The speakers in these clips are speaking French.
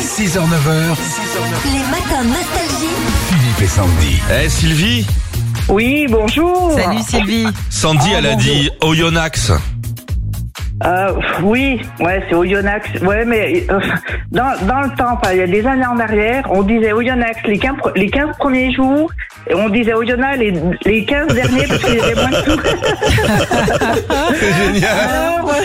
6h, 9h, Les matins nostalgie. Philippe et Sandy. Eh Sylvie Oui, bonjour. Salut Sylvie. Sandy, Oh, elle a dit Oyonnax. Euh, oui, ouais, c'est Oyonnax. Ouais, mais euh, dans, dans le temps, pas, il y a des années en arrière, on disait Oyonnax les 15, pre- les 15 premiers jours, et on disait Oyonnax les, les 15 derniers parce qu'il y avait moins de sous. C'est génial Alors, euh,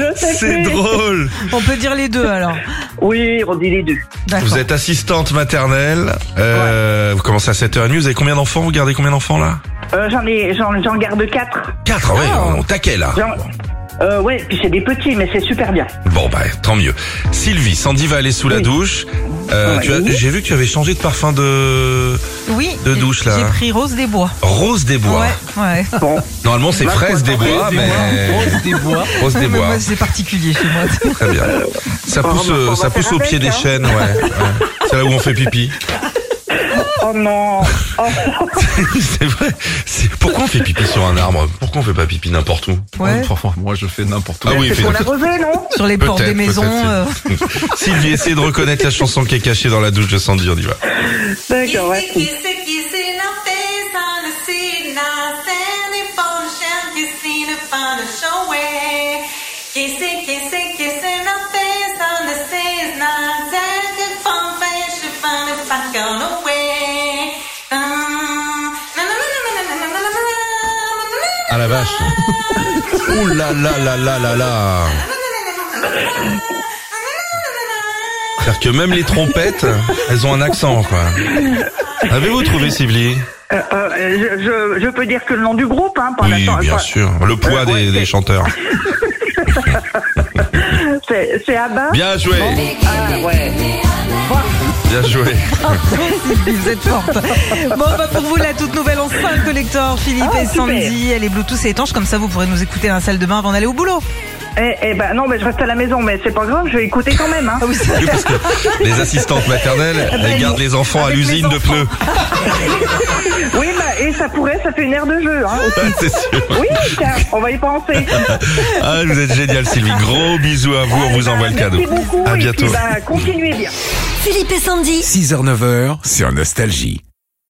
je sais C'est plus. drôle On peut dire les deux alors. Oui, on dit les deux. Vous D'accord. êtes assistante maternelle, euh, vous commencez à 7h30, vous avez combien d'enfants Vous gardez combien d'enfants là Euh, j'en ai, j'en, j'en garde quatre. 4, ouais, Ah. on, on taquet là J'en- euh, ouais, puis c'est des petits, mais c'est super bien. Bon bah tant mieux. Sylvie, Sandy va aller sous la Oui. douche. Euh, Ouais. tu as- J'ai vu que tu avais changé de parfum de Oui. De douche, là. J'ai pris Rose des Bois. rose des bois. Ouais, ouais. Bon, Normalement c'est Ma fraise des bois, mais Rose des bois. rose des Mais bois. moi, c'est particulier chez moi. Très bien. Ça on pousse, va- euh, on va ça faire pousse au avec, pied des hein. chênes, ouais. ouais. C'est là où on fait pipi. oh non. Oh, c'est vrai. C'est- Pourquoi on fait pipi sur un arbre Pourquoi on fait pas pipi n'importe où Ouais. Franchement, moi je fais n'importe où. Ah oui, Oh, fait- c'est qu'on a rosé, non Sur les portes des Peut-être, maisons. euh. peut-être, Sylvie, essayez de reconnaître la chanson qui est cachée dans la douche de Sandy, on y va. D'accord, ouais. Kissy, kissy, kissy, la face on the scene, now standing for the shine, kissing the fun to show away. Kissy, kissy, kissy, la face on the scene, now standing for the fashion, fun to back on away. Um, na, na, na, na, na, na, na, Ah la vache. Ouh là là là na, na, na, na, là là là. C'est-à-dire que même les trompettes, elles ont un accent, quoi. Avez-vous trouvé Sylvie Euh, euh, je, je, je peux dire que le nom du groupe, hein, par Oui, l'instant, bien enfin, sûr. Le poids ouais, des, c'est- des chanteurs. C'est, c'est Abba. Bien joué. Ah ouais. Bien joué. euh, Vous êtes forte. Bon, bah pour vous, la toute nouvelle enceinte collector, Philippe Ah, et super. Sandy, elle est Bluetooth et étanche, comme ça vous pourrez nous écouter dans la salle de bain avant d'aller au boulot. Eh, eh ben non, mais je reste à la maison, mais c'est pas grave, je vais écouter quand même. Hein. Ah oui, c'est- Oui, parce que les assistantes maternelles, elles gardent les enfants à avec les l'usine de enfants. pneus. Oui, bah, et ça pourrait, ça fait une aire de jeu. Hein, aussi. C'est sûr. Oui, tiens, on va y penser. Ah, vous êtes génial, Sylvie. Gros bisous à vous. On vous envoie le cadeau. Merci beaucoup. À et bah, bientôt. Puis, bah, continuez bien. Philippe et Sandy. 6h, 9h sur Nostalgie.